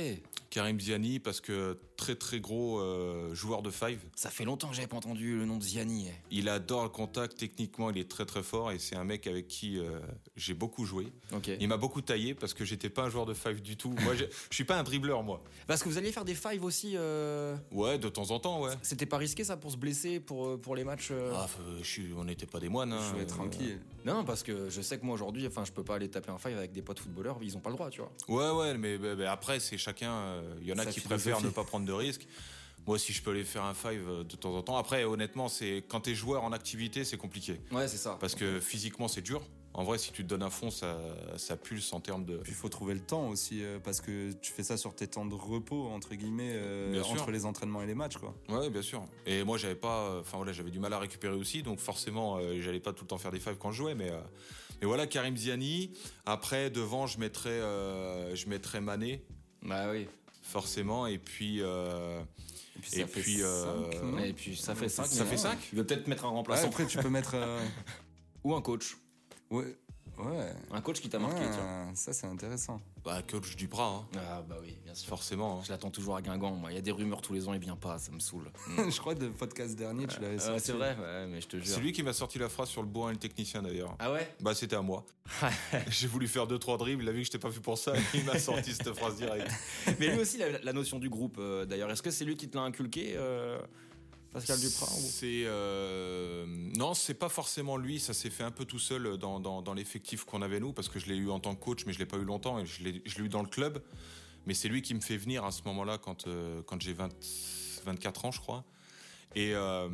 Speaker 4: Karim Ziani parce que très très gros euh, joueur de five.
Speaker 3: Ça fait longtemps que j'avais pas entendu le nom de Ziani. eh.
Speaker 4: Il adore le contact, techniquement il est très très fort et c'est un mec avec qui euh, j'ai beaucoup joué.
Speaker 3: Ok.
Speaker 4: Il m'a beaucoup taillé parce que j'étais pas un joueur de five du tout. Moi je je suis pas un dribbleur moi.
Speaker 3: Parce que vous alliez faire des 5 aussi. euh,
Speaker 4: Ouais, de temps en temps ouais.
Speaker 3: C'était pas risqué ça pour se blesser pour, euh, pour les matchs euh
Speaker 4: Ah, faut- je suis- on n'était pas des moines. hein.
Speaker 1: Je vais
Speaker 4: Euh,
Speaker 1: être tranquille.
Speaker 3: Non, parce que je sais que moi aujourd'hui, enfin, je peux pas aller taper un five avec des potes footballeurs, ils ont pas le droit, tu vois.
Speaker 4: Ouais, ouais, mais, mais- mais après, c'est chacun. euh, Il y en a
Speaker 1: Sa
Speaker 4: qui préfèrent
Speaker 1: philosophie.
Speaker 4: ne pas prendre de risques. Moi, si je peux les faire un five euh, de temps en temps. Après, honnêtement, c'est quand t'es joueur en activité, c'est compliqué.
Speaker 3: Ouais, c'est ça.
Speaker 4: Parce que physiquement, c'est dur. En vrai, si tu te donnes à fond, ça, ça pulse en termes de.
Speaker 1: Puis il faut trouver le temps aussi, euh, parce que tu fais ça sur tes temps de repos, entre guillemets, euh,
Speaker 4: Bien sûr.
Speaker 1: entre les entraînements et les matchs, quoi.
Speaker 4: Ouais, bien sûr. Et moi, j'avais pas. euh, Enfin, voilà, j'avais du mal à récupérer aussi. Donc, forcément, euh, j'allais pas tout le temps faire des fives quand je jouais. Mais, euh, mais voilà, Karim Ziani. Après, devant, je mettrais, euh, je mettrais Mané,
Speaker 3: Bah oui.
Speaker 4: forcément. Et puis. euh,
Speaker 1: Et puis,
Speaker 4: Et puis, euh,
Speaker 1: cinq, non
Speaker 3: Et puis Mmh. ça fait 5.
Speaker 4: Ça fait cinq
Speaker 3: Il veut peut-être mettre un
Speaker 1: Ouais,
Speaker 3: remplaçant.
Speaker 1: après, tu peux mettre. euh,
Speaker 3: Ou un coach.
Speaker 1: Ouais. Ouais.
Speaker 3: Un coach qui t'a marqué,
Speaker 1: Ouais,
Speaker 3: tu vois.
Speaker 1: ça, c'est intéressant.
Speaker 4: Bah, coach du bras, hein.
Speaker 3: Ah bah oui, bien sûr.
Speaker 4: forcément. hein.
Speaker 3: Je l'attends toujours à Guingamp, moi. Il y a des rumeurs tous les ans, il vient pas, ça me saoule. Mmh.
Speaker 1: je crois que le podcast dernier, tu l'avais sorti.
Speaker 3: Euh, c'est vrai, ouais, mais je te jure.
Speaker 4: C'est lui qui m'a sorti la phrase sur le bourrin et le technicien d'ailleurs.
Speaker 3: Ah ouais
Speaker 4: Bah c'était à moi. J'ai voulu faire deux trois dribbles, il a vu que je t'ai pas fait pour ça, il m'a sorti cette phrase directe.
Speaker 3: Mais lui aussi, il a la notion du groupe, euh, d'ailleurs. Est-ce que c'est lui qui te l'a inculqué, euh, Pascal Duprat ou-
Speaker 4: C'est euh, non, c'est pas forcément lui. Ça s'est fait un peu tout seul dans, dans- dans l'effectif qu'on avait nous, parce que je l'ai eu en tant que coach, mais je l'ai pas eu longtemps et je l'ai je l'ai eu dans le club. Mais c'est lui qui me fait venir à ce moment-là quand euh, quand j'ai 20 24 ans, je crois. Et euh,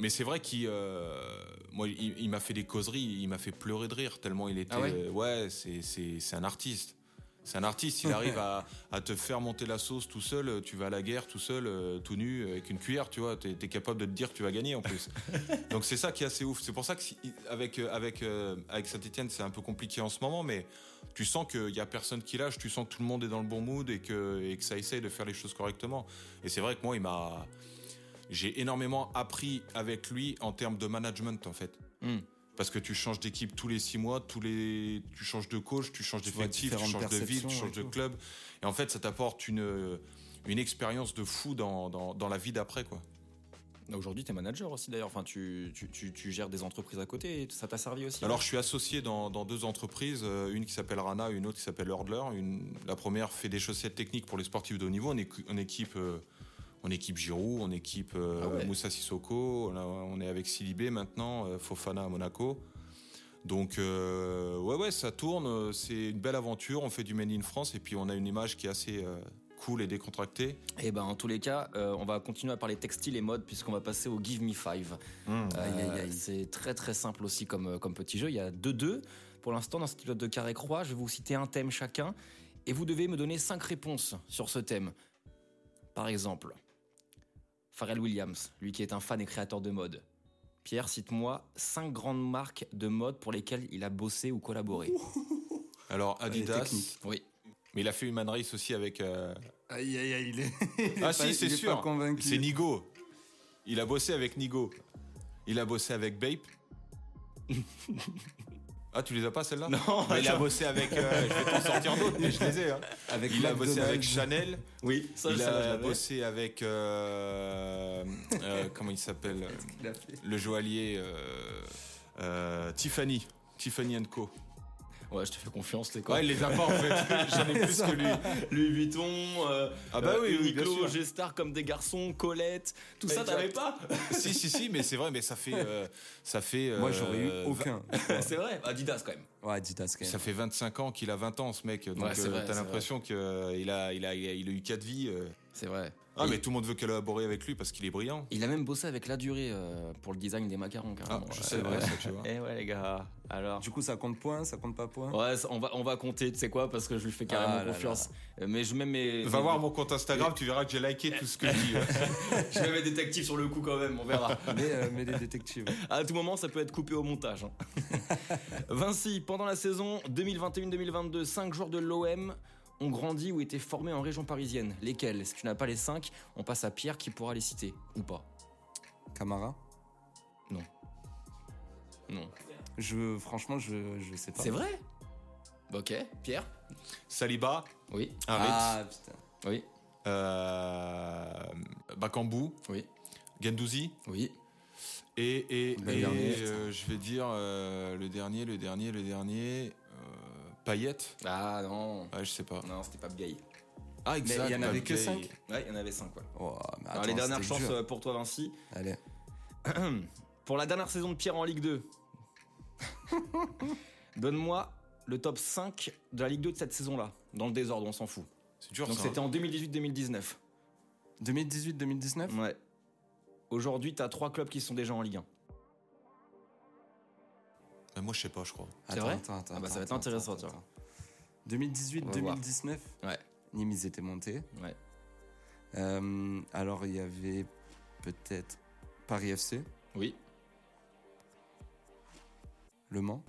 Speaker 4: mais c'est vrai qu'il euh, moi il, il m'a fait des causeries, il m'a fait pleurer de rire tellement il était
Speaker 3: Ah ouais
Speaker 4: euh, ouais c'est c'est c'est un artiste. C'est un artiste, il arrive à, à te faire monter la sauce tout seul, euh, tu vas à la guerre tout seul, euh, tout nu, avec une cuillère, tu vois, t'es es capable de te dire que tu vas gagner en plus. Donc c'est ça qui est assez ouf. C'est pour ça que si- avec, euh, avec, euh, avec Saint-Etienne, c'est un peu compliqué en ce moment, mais tu sens qu'il n'y a personne qui lâche, tu sens que tout le monde est dans le bon mood et que, et que ça essaye de faire les choses correctement. Et c'est vrai que moi, il m'a. J'ai énormément appris avec lui en termes de management en fait.
Speaker 3: Hmm.
Speaker 4: Parce que tu changes d'équipe tous les six mois, tous les, tu changes de coach, tu changes
Speaker 1: Tu vois
Speaker 4: d'effectif, tu
Speaker 1: différentes
Speaker 4: changes de ville,
Speaker 1: perceptions
Speaker 4: tu
Speaker 1: et
Speaker 4: changes de
Speaker 1: tout.
Speaker 4: club. Et en fait, ça t'apporte une, une expérience de fou dans, dans, dans la vie d'après, quoi.
Speaker 3: Bah, Aujourd'hui, tu es manager aussi d'ailleurs. Enfin, tu, tu, tu- tu gères des entreprises à côté. et Ça t'a servi aussi.
Speaker 4: Alors, je suis associé dans, dans deux entreprises, euh, une qui s'appelle Rana, une autre qui s'appelle Hurdler. Une- la première fait des chaussettes techniques pour les sportifs de haut niveau. On, écu- on équipe, euh, on équipe Giroud, on équipe euh,
Speaker 3: Ah ouais.
Speaker 4: Moussa Sissoko. On, a- on est avec Silibé maintenant, euh, Fofana à Monaco. Donc, euh, ouais, ouais, ça tourne. euh, C'est une belle aventure. On fait du Made in France et puis on a une image qui est assez euh, cool et décontractée.
Speaker 3: Et ben, en tous les cas, euh, on va continuer à parler textile et mode puisqu'on va passer au Give Me Five. Euh, C'est très très simple aussi comme, euh, comme petit jeu. Il y a deux deux. Pour l'instant, dans cet épisode de Carré Croix, je vais vous citer un thème chacun et vous devez me donner cinq réponses sur ce thème. Par exemple, Pharrell Williams, lui qui est un fan et créateur de mode. Pierre, cite-moi cinq grandes marques de mode pour lesquelles il a bossé ou collaboré.
Speaker 4: Alors, Adidas.
Speaker 1: techniques.
Speaker 3: Oui.
Speaker 4: Mais il a fait Human Race aussi avec. euh,
Speaker 1: Aïe, aïe, aïe, il est. il est
Speaker 4: Ah
Speaker 1: pas-
Speaker 4: si, c'est
Speaker 1: il est
Speaker 4: sûr.
Speaker 1: pas convaincu.
Speaker 4: C'est Nigo. Il a bossé avec Nigo. Il a bossé avec Bape. Ah, tu les as pas celles-là
Speaker 3: Non,
Speaker 4: Mais il a
Speaker 3: attends.
Speaker 4: bossé avec. euh, je vais t'en sortir d'autres, mais je les ai. hein.
Speaker 1: Avec
Speaker 4: Il a bossé avec
Speaker 1: McDonald's.
Speaker 4: Chanel.
Speaker 3: Oui, ça,
Speaker 4: il a bossé avec. euh, euh, comment il s'appelle
Speaker 1: Il a fait.
Speaker 4: Le joaillier. euh, euh, Tiffany. Tiffany Co.
Speaker 3: Ouais, je te fais confiance, les
Speaker 4: Ouais,
Speaker 3: quoi.
Speaker 4: il les a pas en fait. J'en ai plus que lui.
Speaker 3: Louis Vuitton, euh,
Speaker 4: Ah bah
Speaker 3: euh,
Speaker 4: oui, oui, bien
Speaker 3: Uniqlo,
Speaker 4: sûr.
Speaker 3: G-Star comme des garçons, Colette, tout ça,
Speaker 4: Exact.
Speaker 3: t'avais pas
Speaker 4: si, si, si, mais c'est vrai, mais ça fait. euh, ça fait
Speaker 1: Moi,
Speaker 4: euh,
Speaker 1: j'aurais eu
Speaker 4: vingt-
Speaker 1: aucun.
Speaker 3: C'est vrai, Adidas quand même.
Speaker 1: ouais, Adidas, quand
Speaker 4: Ça
Speaker 1: même.
Speaker 4: fait 25 ans qu'il a 20 ans, ce mec. Donc,
Speaker 3: Ouais, c'est
Speaker 4: euh,
Speaker 3: vrai,
Speaker 4: t'as
Speaker 3: c'est
Speaker 4: l'impression qu'il a, il a, il a eu 4 vies. euh.
Speaker 3: C'est vrai.
Speaker 4: Ah,
Speaker 3: Et-
Speaker 4: mais tout le monde veut collaborer avec lui parce qu'il est brillant.
Speaker 3: Il a même bossé avec la durée euh, pour le design des macarons,
Speaker 4: Ah,
Speaker 3: carrément.
Speaker 4: je
Speaker 3: Ouais,
Speaker 4: sais,
Speaker 3: ouais.
Speaker 4: ouais, ça, tu vois.
Speaker 3: Eh ouais, les gars, alors.
Speaker 1: Du coup, ça compte point, ça compte pas point.
Speaker 3: Ouais, ça- on va, on va compter, tu sais quoi, parce que je lui fais carrément
Speaker 1: Ah là
Speaker 3: confiance. Euh, Mais je mets mes.
Speaker 4: Va
Speaker 3: mes-
Speaker 4: voir mon compte Instagram, tu verras que j'ai liké tout ce que je dis. ouais.
Speaker 3: Je mets mes détectives sur le coup quand même, on verra.
Speaker 1: Mais, euh, mais les détectives.
Speaker 3: À tout moment, ça peut être coupé au montage. hein. Vinci, pendant la saison 2021-2022, 5 joueurs de l'OM ont grandi ou été formés en région parisienne. Lesquels Si tu n'as pas les 5, on passe à Pierre qui pourra les citer. Ou pas
Speaker 1: Camara
Speaker 3: Non.
Speaker 1: je, Franchement, je, je sais pas.
Speaker 3: C'est vrai Bah, Ok, Pierre
Speaker 4: Saliba,
Speaker 3: Oui.
Speaker 4: Harit,
Speaker 1: Ah, putain.
Speaker 3: Oui.
Speaker 4: euh, Bakambu,
Speaker 3: Oui.
Speaker 4: Gendouzi.
Speaker 3: Oui.
Speaker 4: Et, et,
Speaker 3: Le
Speaker 4: et,
Speaker 3: dernier.
Speaker 4: euh, je vais dire euh, le dernier, le dernier, le dernier. Euh, Payette
Speaker 3: Ah non.
Speaker 4: Ouais, je sais pas.
Speaker 3: Non, c'était pas Biaï.
Speaker 4: Ah,
Speaker 1: Mais il y en avait que
Speaker 4: Pabgay.
Speaker 1: 5
Speaker 3: Ouais, il y en avait 5
Speaker 1: Alors
Speaker 3: les dernières chances euh, pour toi, Vinci.
Speaker 1: Allez.
Speaker 3: Pour la dernière saison de Pierre en Ligue 2, donne-moi le top 5 de la Ligue 2 de cette saison-là. Dans le désordre, on s'en fout.
Speaker 4: C'est dur,
Speaker 3: Donc
Speaker 4: ça, hein.
Speaker 3: c'était en 2018-2019.
Speaker 1: 2018-2019
Speaker 3: Ouais. Aujourd'hui, t'as trois clubs qui sont déjà en Ligue 1.
Speaker 4: hein. Mais Moi, je sais pas, je crois.
Speaker 3: C'est vrai Ah bah, ça va être intéressant, tiens. On va voir.
Speaker 1: 2018-2019
Speaker 3: Ouais.
Speaker 1: Nîmes, ils étaient montés.
Speaker 3: Ouais.
Speaker 1: Euh, alors, il y avait peut-être Paris FC,
Speaker 3: Oui.
Speaker 1: Le Mans.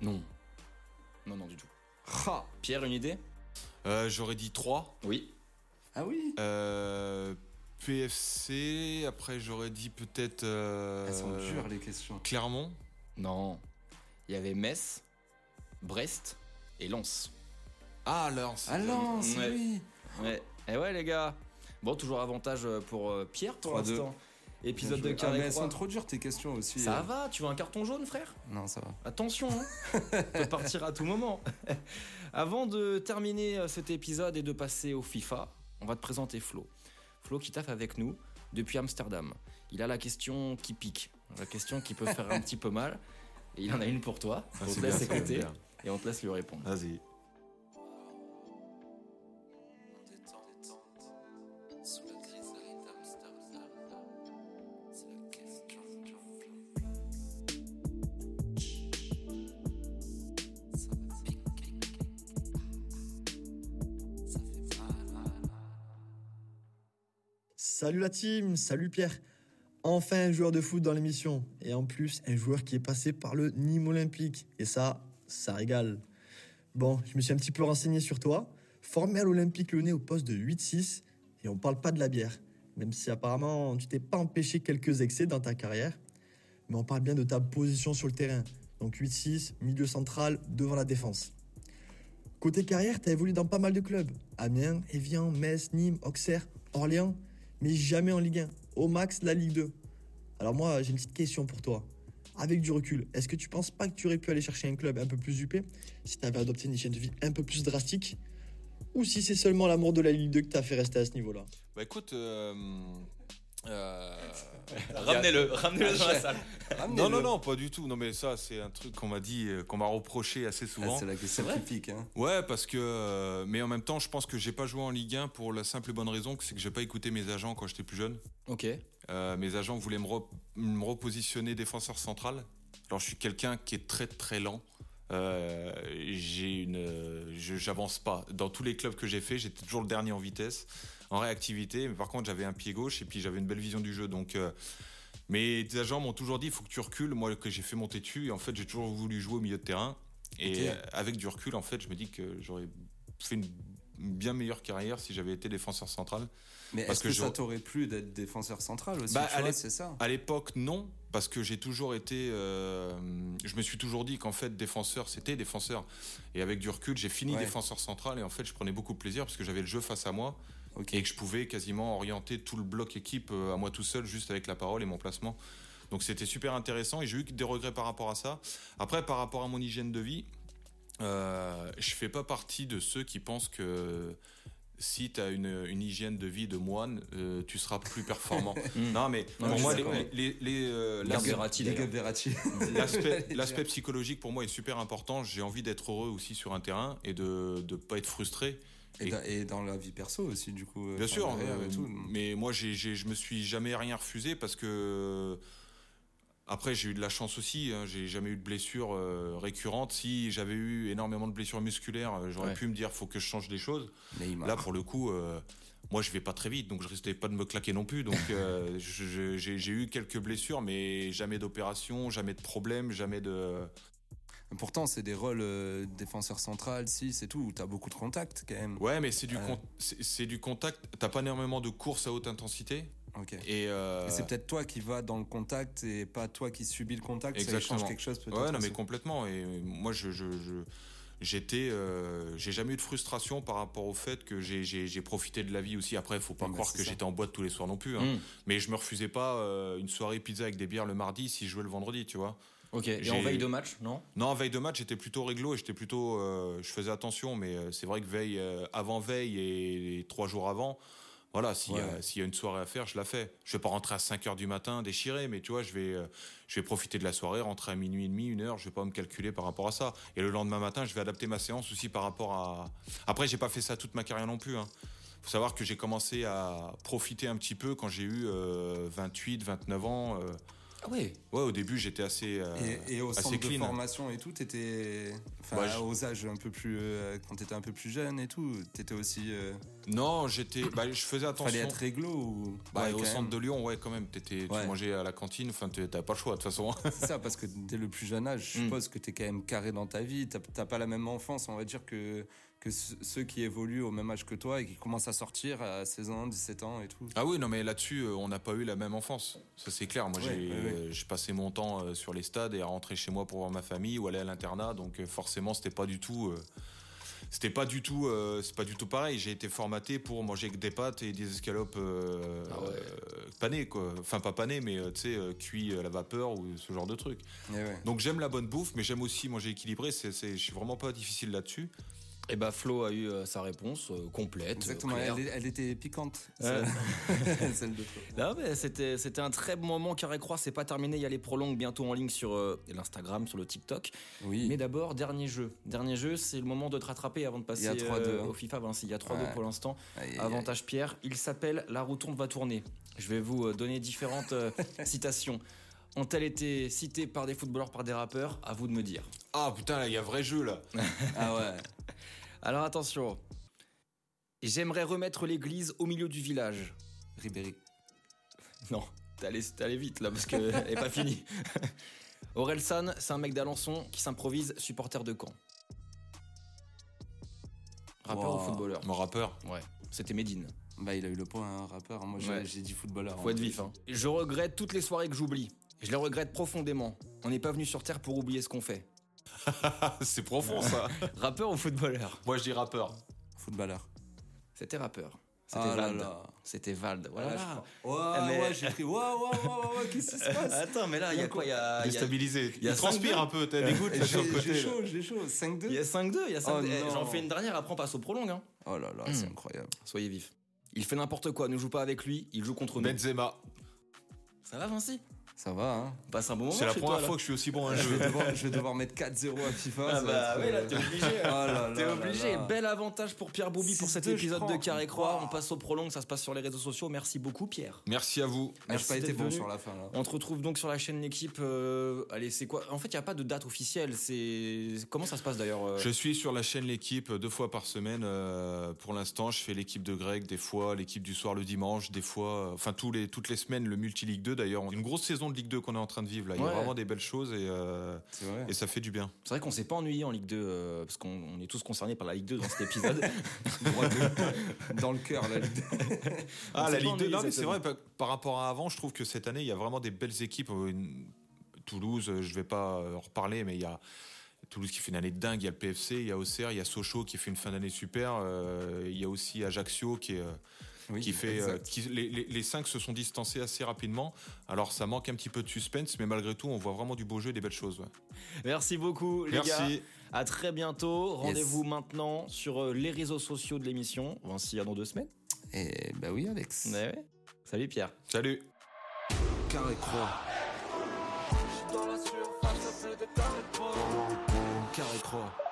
Speaker 3: Non. Non, non, du tout. Pierre, une idée
Speaker 4: Euh, J'aurais dit 3.
Speaker 3: Oui.
Speaker 1: Ah oui
Speaker 4: Euh, PFC, après j'aurais dit peut-être. euh,
Speaker 1: Elles sont dures, les questions.
Speaker 4: Clermont.
Speaker 3: Non. Il y avait Metz, Brest et Lens.
Speaker 4: Ah, Lens.
Speaker 1: Ah non, c'est
Speaker 3: Ouais.
Speaker 1: oui
Speaker 3: Ouais. Et ouais, les gars. Bon, toujours avantage euh, pour euh, Pierre pour
Speaker 1: 3-2.
Speaker 3: l'instant. Épisode de
Speaker 1: Bien joué. Ah, mais
Speaker 3: Carré
Speaker 1: elles sont
Speaker 3: Croix.
Speaker 1: trop dures, tes questions aussi.
Speaker 3: Ça
Speaker 1: euh.
Speaker 3: va, tu veux un carton jaune, frère
Speaker 1: Non, ça va.
Speaker 3: Attention, hein. on peut partir à tout moment. Avant de terminer euh, cet épisode et de passer au FIFA, on va te présenter Flo. Flo qui taffe avec nous depuis Amsterdam. Il a la question qui pique, la question qui peut faire un petit peu mal. Et il en a une pour toi.
Speaker 4: Ah,
Speaker 3: on te laisse écouter et on te laisse lui répondre.
Speaker 4: Vas-y.
Speaker 2: Sous la grisaille d'Amsterdam, c'est la question du Ça va piquer. Ça fait mal.
Speaker 9: Salut la team, salut Pierre. Enfin un joueur de foot dans l'émission. Et en plus, un joueur qui est passé par le Nîmes Olympique. Et ça, ça régale. Bon, je me suis un petit peu renseigné sur toi. Formé à l'Olympique Lyonnais au poste de 8-6. Et on parle pas de la bière. Même si apparemment, tu t'es pas empêché quelques excès dans ta carrière. Mais on parle bien de ta position sur le terrain. Donc 8-6, milieu central, devant la défense. Côté carrière, t'as évolué dans pas mal de clubs. Amiens, Evian, Metz, Nîmes, Auxerre, Orléans mais jamais en Ligue 1. Au max, la Ligue 2. Alors moi, j'ai une petite question pour toi. Avec du recul, est-ce que tu penses pas que tu aurais pu aller chercher un club un peu plus huppé si tu avais adopté une hygiène de vie un peu plus drastique Ou si c'est seulement l'amour de la Ligue 2 que t'as fait rester à ce niveau-là
Speaker 4: Bah écoute. euh, euh,
Speaker 3: Ramenez-le, ramenez-le dans la salle.
Speaker 4: non, non, non, pas du tout. Non, mais ça, c'est un truc qu'on m'a dit, euh, qu'on m'a reproché assez
Speaker 1: Ah,
Speaker 4: souvent.
Speaker 1: c'est la question qui pique. hein.
Speaker 4: Ouais, parce que. euh, mais en même temps, je pense que j'ai pas joué en Ligue 1 pour la simple et bonne raison que c'est que j'ai pas écouté mes agents quand j'étais plus jeune.
Speaker 3: Ok.
Speaker 4: Euh, mes agents voulaient me, re- me repositionner défenseur central. Alors, je suis quelqu'un qui est très très lent. Euh, j'ai une, euh, je- j'avance pas. Dans tous les clubs que j'ai fait, j'étais toujours le dernier en vitesse, en réactivité. Mais par contre, j'avais un pied gauche et puis j'avais une belle vision du jeu. Donc, euh, mes agents m'ont toujours dit, il faut que tu recules. Moi, que j'ai fait monter dessus, et en fait, j'ai toujours voulu jouer au milieu de terrain. Et
Speaker 3: Ok.
Speaker 4: euh, avec du recul, en fait, je me dis que j'aurais fait une une bien meilleure carrière si j'avais été défenseur central.
Speaker 1: Mais
Speaker 4: Parce
Speaker 1: est-ce que,
Speaker 4: que je-
Speaker 1: ça t'aurait plu d'être défenseur central aussi
Speaker 4: Bah,
Speaker 1: tu
Speaker 4: à
Speaker 1: vois,
Speaker 4: l'ép-
Speaker 1: c'est ça.
Speaker 4: À l'époque, non, parce que j'ai toujours été. euh, je me suis toujours dit qu'en fait, défenseur, c'était défenseur. Et avec du recul, j'ai fini
Speaker 1: Ouais.
Speaker 4: défenseur central et en fait, je prenais beaucoup de plaisir parce que j'avais le jeu face à moi
Speaker 1: Ok.
Speaker 4: et que je pouvais quasiment orienter tout le bloc équipe euh, à moi tout seul, juste avec la parole et mon placement. Donc c'était super intéressant et j'ai eu que des regrets par rapport à ça. Après, par rapport à mon hygiène de vie, euh, je fais pas partie de ceux qui pensent que si tu as une, une hygiène de vie de moine, euh, tu seras plus performant. non, mais
Speaker 3: Hmm. Non, mais
Speaker 4: pour
Speaker 3: je
Speaker 4: moi,
Speaker 3: suis
Speaker 4: les,
Speaker 3: d'accord.
Speaker 4: les- les, euh,
Speaker 3: Garde
Speaker 4: l'aspect-
Speaker 3: Verratti,
Speaker 1: Big
Speaker 3: d'ailleurs.
Speaker 1: up Verratti.
Speaker 4: l'aspect- l'aspect psychologique pour moi est super important. J'ai envie d'être heureux aussi sur un terrain et de ne pas être frustré.
Speaker 1: Et,
Speaker 4: Et-
Speaker 1: dans- et dans la vie perso aussi, du coup. euh,
Speaker 4: Bien
Speaker 1: enfin,
Speaker 4: sûr,
Speaker 1: derrière
Speaker 4: euh,
Speaker 1: et tout.
Speaker 4: mais moi j'ai, j'ai- je me suis jamais rien refusé parce que après j'ai eu de la chance aussi, hein, j'ai jamais eu de blessure euh, récurrente. Si j'avais eu énormément de blessures musculaires, euh, j'aurais
Speaker 3: Ouais.
Speaker 4: pu me dire faut que je change des choses.
Speaker 1: Neymar.
Speaker 4: Là pour le coup, euh, moi je vais pas très vite donc je risquais pas de me claquer non plus. Donc euh, je- je- j'ai, j'ai eu quelques blessures mais jamais d'opération, jamais de problème, jamais de.
Speaker 1: Pourtant, c'est des rôles euh, défenseur central, si, c'est tout, où t'as beaucoup de contacts quand même.
Speaker 4: Ouais mais c'est du,
Speaker 1: Ouais.
Speaker 4: con- c'est, c'est du contact. T'as pas énormément de courses à haute intensité
Speaker 1: Ok.
Speaker 4: et euh,
Speaker 1: Et C'est peut-être toi qui vas dans le contact et pas toi qui subis le contact. Ça
Speaker 4: Exactement.
Speaker 1: change quelque chose peut-être.
Speaker 4: Ouais, non, mais
Speaker 1: aussi.
Speaker 4: complètement. Et euh, moi, je, je, je- j'étais, euh, j'ai jamais eu de frustration par rapport au fait que j'ai, j'ai, j'ai profité de la vie aussi. Après, faut pas
Speaker 1: Ouais, bah,
Speaker 4: croire
Speaker 1: c'est
Speaker 4: que
Speaker 1: ça. Mmh.
Speaker 4: j'étais en boîte tous les soirs non plus. hein.
Speaker 3: Mm.
Speaker 4: Mais je me refusais pas euh, une soirée pizza avec des bières le mardi si je jouais le vendredi, tu vois.
Speaker 3: Ok. Et
Speaker 4: J'ai-
Speaker 3: en veille de match, non
Speaker 4: Non, veille de match, j'étais plutôt réglo et j'étais plutôt, euh, je faisais attention. Mais euh, c'est vrai que veille, euh, avant veille et, et trois jours avant. Voilà, s'il y a-
Speaker 1: Ouais.
Speaker 4: s'il y a une soirée à faire, je la fais. Je vais pas rentrer à 5 heures du matin déchiré, mais tu vois, je vais, euh, je vais profiter de la soirée, rentrer à minuit et demi, une heure, je vais pas me calculer par rapport à ça. Et le lendemain matin, je vais adapter ma séance aussi par rapport à. Après, j'ai pas fait ça toute ma carrière non plus. Hein. Faut savoir que j'ai commencé à profiter un petit peu quand j'ai eu euh, 28, 29 ans. euh.
Speaker 3: Ah ouais.
Speaker 4: Ouais, au début, j'étais assez. euh,
Speaker 1: Et, et au
Speaker 4: assez
Speaker 1: centre de
Speaker 4: clean.
Speaker 1: formation et tout, t'étais. Enfin,
Speaker 4: Bah, je-
Speaker 1: aux âges un peu plus. euh, quand t'étais un peu plus jeune et tout, t'étais aussi. euh,
Speaker 4: Non, j'étais. Bah, je faisais
Speaker 1: fallait
Speaker 4: attention.
Speaker 1: être réglo ou.
Speaker 4: Bah,
Speaker 1: Ouais,
Speaker 4: au
Speaker 1: quand
Speaker 4: centre
Speaker 1: même.
Speaker 4: de Lyon, ouais, quand même. T'étais,
Speaker 1: Ouais.
Speaker 4: Tu mangeais à la cantine, enfin, t'es- t'as pas le choix, de toute façon.
Speaker 1: C'est ça, parce que dès le plus jeune âge, je
Speaker 3: Mm.
Speaker 1: suppose que t'es quand même carré dans ta vie. T'as- T'as pas la même enfance, on va dire, que, que ce- ceux qui évoluent au même âge que toi et qui commencent à sortir à 16 ans, 17 ans et tout.
Speaker 4: Ah oui, non, mais là-dessus, euh, on n'a pas eu la même enfance. Ça, c'est clair. Moi,
Speaker 1: Ouais,
Speaker 4: j'ai
Speaker 1: ouais, ouais.
Speaker 4: euh, je passais mon temps euh, sur les stades et à rentrer chez moi pour voir ma famille ou aller à l'internat. Donc, euh, forcément, c'était pas du tout. euh, c'était pas du tout, euh, c'est pas du tout pareil. J'ai été formaté pour manger que des pâtes et des escalopes euh,
Speaker 3: Ah ouais.
Speaker 4: euh, panées, quoi. Enfin, pas panées, mais euh, tu sais, euh, cuit à la vapeur ou ce genre de truc.
Speaker 1: Et Eh ouais.
Speaker 4: Donc, j'aime la bonne bouffe, mais j'aime aussi manger équilibré. C'est, c'est- je suis vraiment pas difficile là-dessus.
Speaker 3: Et bah Flo a eu euh, sa réponse euh, complète.
Speaker 1: Exactement,
Speaker 3: euh, claire.
Speaker 1: elle, est- elle était piquante,
Speaker 3: Euh.
Speaker 1: celle celle de toi.
Speaker 3: Non, mais Bah c'était, c'était un très bon moment. Carré Croix, c'est pas terminé. Il y a les prolongues bientôt en ligne sur euh, l'Instagram, sur le TikTok.
Speaker 1: Oui.
Speaker 3: Mais d'abord, dernier jeu. Dernier jeu, c'est le moment de te rattraper avant de passer
Speaker 1: Il y a 3-2,
Speaker 3: euh,
Speaker 1: hein.
Speaker 3: au FIFA. Ben, si, il y a 3-2
Speaker 1: Ouais.
Speaker 3: pour l'instant.
Speaker 1: Aïe, aïe, aïe.
Speaker 3: Avantage Pierre. Il s'appelle La rotonde va tourner. Je vais vous euh, donner différentes euh, citations. Ont-elles été citées par des footballeurs, par des rappeurs À vous de me dire.
Speaker 4: Ah putain, là, il y a vrai jeu là.
Speaker 1: Ah ouais.
Speaker 3: Alors attention. J'aimerais remettre l'église au milieu du village.
Speaker 1: Ribéry.
Speaker 3: Non, t'es allé, t'es allé vite là parce qu'elle est pas finie. Aurel San, c'est un mec d'Alençon qui s'improvise supporter de Caen. Rappeur
Speaker 1: Wow.
Speaker 3: ou footballeur
Speaker 4: Mon rappeur.
Speaker 3: Ouais, c'était Médine.
Speaker 1: Bah, il a eu le point, hein, rappeur. Moi, j'ai
Speaker 3: Ouais.
Speaker 1: j'ai dit footballeur.
Speaker 3: Faut
Speaker 1: hein.
Speaker 3: être vif. Hein. Je regrette toutes les soirées que j'oublie. Je les regrette profondément. On n'est pas venu sur Terre pour oublier ce qu'on fait.
Speaker 4: Ah, c'est profond ça.
Speaker 3: Rappeur ou footballeur
Speaker 4: Moi, je dis rappeur.
Speaker 1: Footballeur.
Speaker 3: C'était rappeur. C'était
Speaker 1: Ah là
Speaker 3: Vald.
Speaker 1: là. Ah,
Speaker 3: C'était Vald. Voilà, je crois. Eh,
Speaker 1: Ouah,
Speaker 3: Mais- Ah,
Speaker 1: ouah, j'ai pris. Waouh, waouh, waouh, waouh, qu'est-ce qui se passe
Speaker 3: Attends, mais là, il y a quoi Il y
Speaker 4: Ah,
Speaker 3: a, il y a-
Speaker 4: Déstabilisé.
Speaker 3: y a
Speaker 4: Il transpire
Speaker 3: cinq
Speaker 4: un peu, t'as des gouttes là, sur le
Speaker 1: J'ai j'ai
Speaker 4: côté. là.
Speaker 1: chaud, j'ai chaud.
Speaker 3: il
Speaker 1: 5-2
Speaker 3: y a 5-2. il y a 5-2.
Speaker 1: Oh
Speaker 3: Eh,
Speaker 1: non.
Speaker 3: J'en fais une dernière, après on passe au prolong. hein.
Speaker 1: Oh là là, c'est incroyable.
Speaker 3: Soyez vifs. Il fait n'importe quoi, ne joue pas avec lui, il joue contre nous.
Speaker 1: Ben
Speaker 4: Benzema.
Speaker 3: Ça va, Vinci
Speaker 1: Ça va, hein
Speaker 3: On passe un bon moment.
Speaker 4: C'est la
Speaker 3: chez
Speaker 4: première
Speaker 3: toi, là.
Speaker 4: fois que je suis aussi bon à un
Speaker 1: je
Speaker 4: jeu.
Speaker 1: vais, devoir, je vais devoir mettre 4-0 à FIFA.
Speaker 3: Ah
Speaker 1: ça va être,
Speaker 3: bah ouais, là,
Speaker 1: euh,
Speaker 3: t'es obligé.
Speaker 1: oh là
Speaker 3: T'es
Speaker 1: là
Speaker 3: obligé.
Speaker 1: là là.
Speaker 3: Bel avantage pour Pierre Boubi pour
Speaker 1: Six
Speaker 3: cet
Speaker 1: deux, je
Speaker 3: épisode de
Speaker 1: prends.
Speaker 3: Carré Croix.
Speaker 1: Waouh.
Speaker 3: On passe au prolong, ça se passe sur les réseaux sociaux. Merci beaucoup, Pierre.
Speaker 4: Merci à vous.
Speaker 1: Ah, J'ai
Speaker 3: Merci
Speaker 1: pas été
Speaker 3: d'être
Speaker 1: bon
Speaker 3: venu.
Speaker 1: sur la fin hein. là.
Speaker 3: On te retrouve donc sur la chaîne L'équipe. euh, allez, c'est quoi En fait, il n'y a pas de date officielle. C'est Comment ça se passe d'ailleurs euh,
Speaker 4: Je suis sur la chaîne L'équipe deux fois par semaine. euh, pour l'instant, je fais l'équipe de Greg, des fois l'équipe du soir le dimanche, des fois, euh, enfin tous les, toutes les semaines le multi Ligue 2 d'ailleurs. Une grosse saison de Ligue 2 qu'on est en train de vivre là. Il y
Speaker 3: Ouais.
Speaker 4: a vraiment des belles choses et, euh,
Speaker 1: C'est vrai.
Speaker 4: et ça fait du bien.
Speaker 3: C'est vrai qu'on s'est pas ennuyé en Ligue 2, euh, parce qu'on on est tous concernés par la Ligue 2 dans cet épisode.
Speaker 1: Droit de- Dans le cœur là.
Speaker 3: On
Speaker 4: Ah la
Speaker 3: s'est pas
Speaker 4: Ligue 2,
Speaker 3: ennuyé
Speaker 4: non mais
Speaker 3: cette
Speaker 4: c'est vrai par, par rapport à avant, je trouve que cette année il y a vraiment des belles équipes. Euh, une- Toulouse, euh, je vais pas euh, en reparler, mais il y a Toulouse qui fait une année de dingue, il y a le PFC, il y a Auxerre, il y a Sochaux qui fait une fin d'année super, euh, il y a aussi Ajaccio qui est euh,
Speaker 1: Oui,
Speaker 4: qui fait euh,
Speaker 1: exact.
Speaker 4: qui- les, les- les cinq se sont distancés assez rapidement. Alors ça manque un petit peu de suspense, mais malgré tout, on voit vraiment du beau jeu, et des belles choses. ouais.
Speaker 3: Merci beaucoup, les gars.
Speaker 4: Merci.
Speaker 3: À très bientôt.
Speaker 1: Yes.
Speaker 3: Rendez-vous maintenant sur euh, les réseaux sociaux de l'émission. Vinci, à dans deux semaines.
Speaker 1: Et bah oui, Alex.
Speaker 3: Ouais, ouais. Salut, Pierre.
Speaker 4: Salut.
Speaker 5: Carré croix. Carré croix.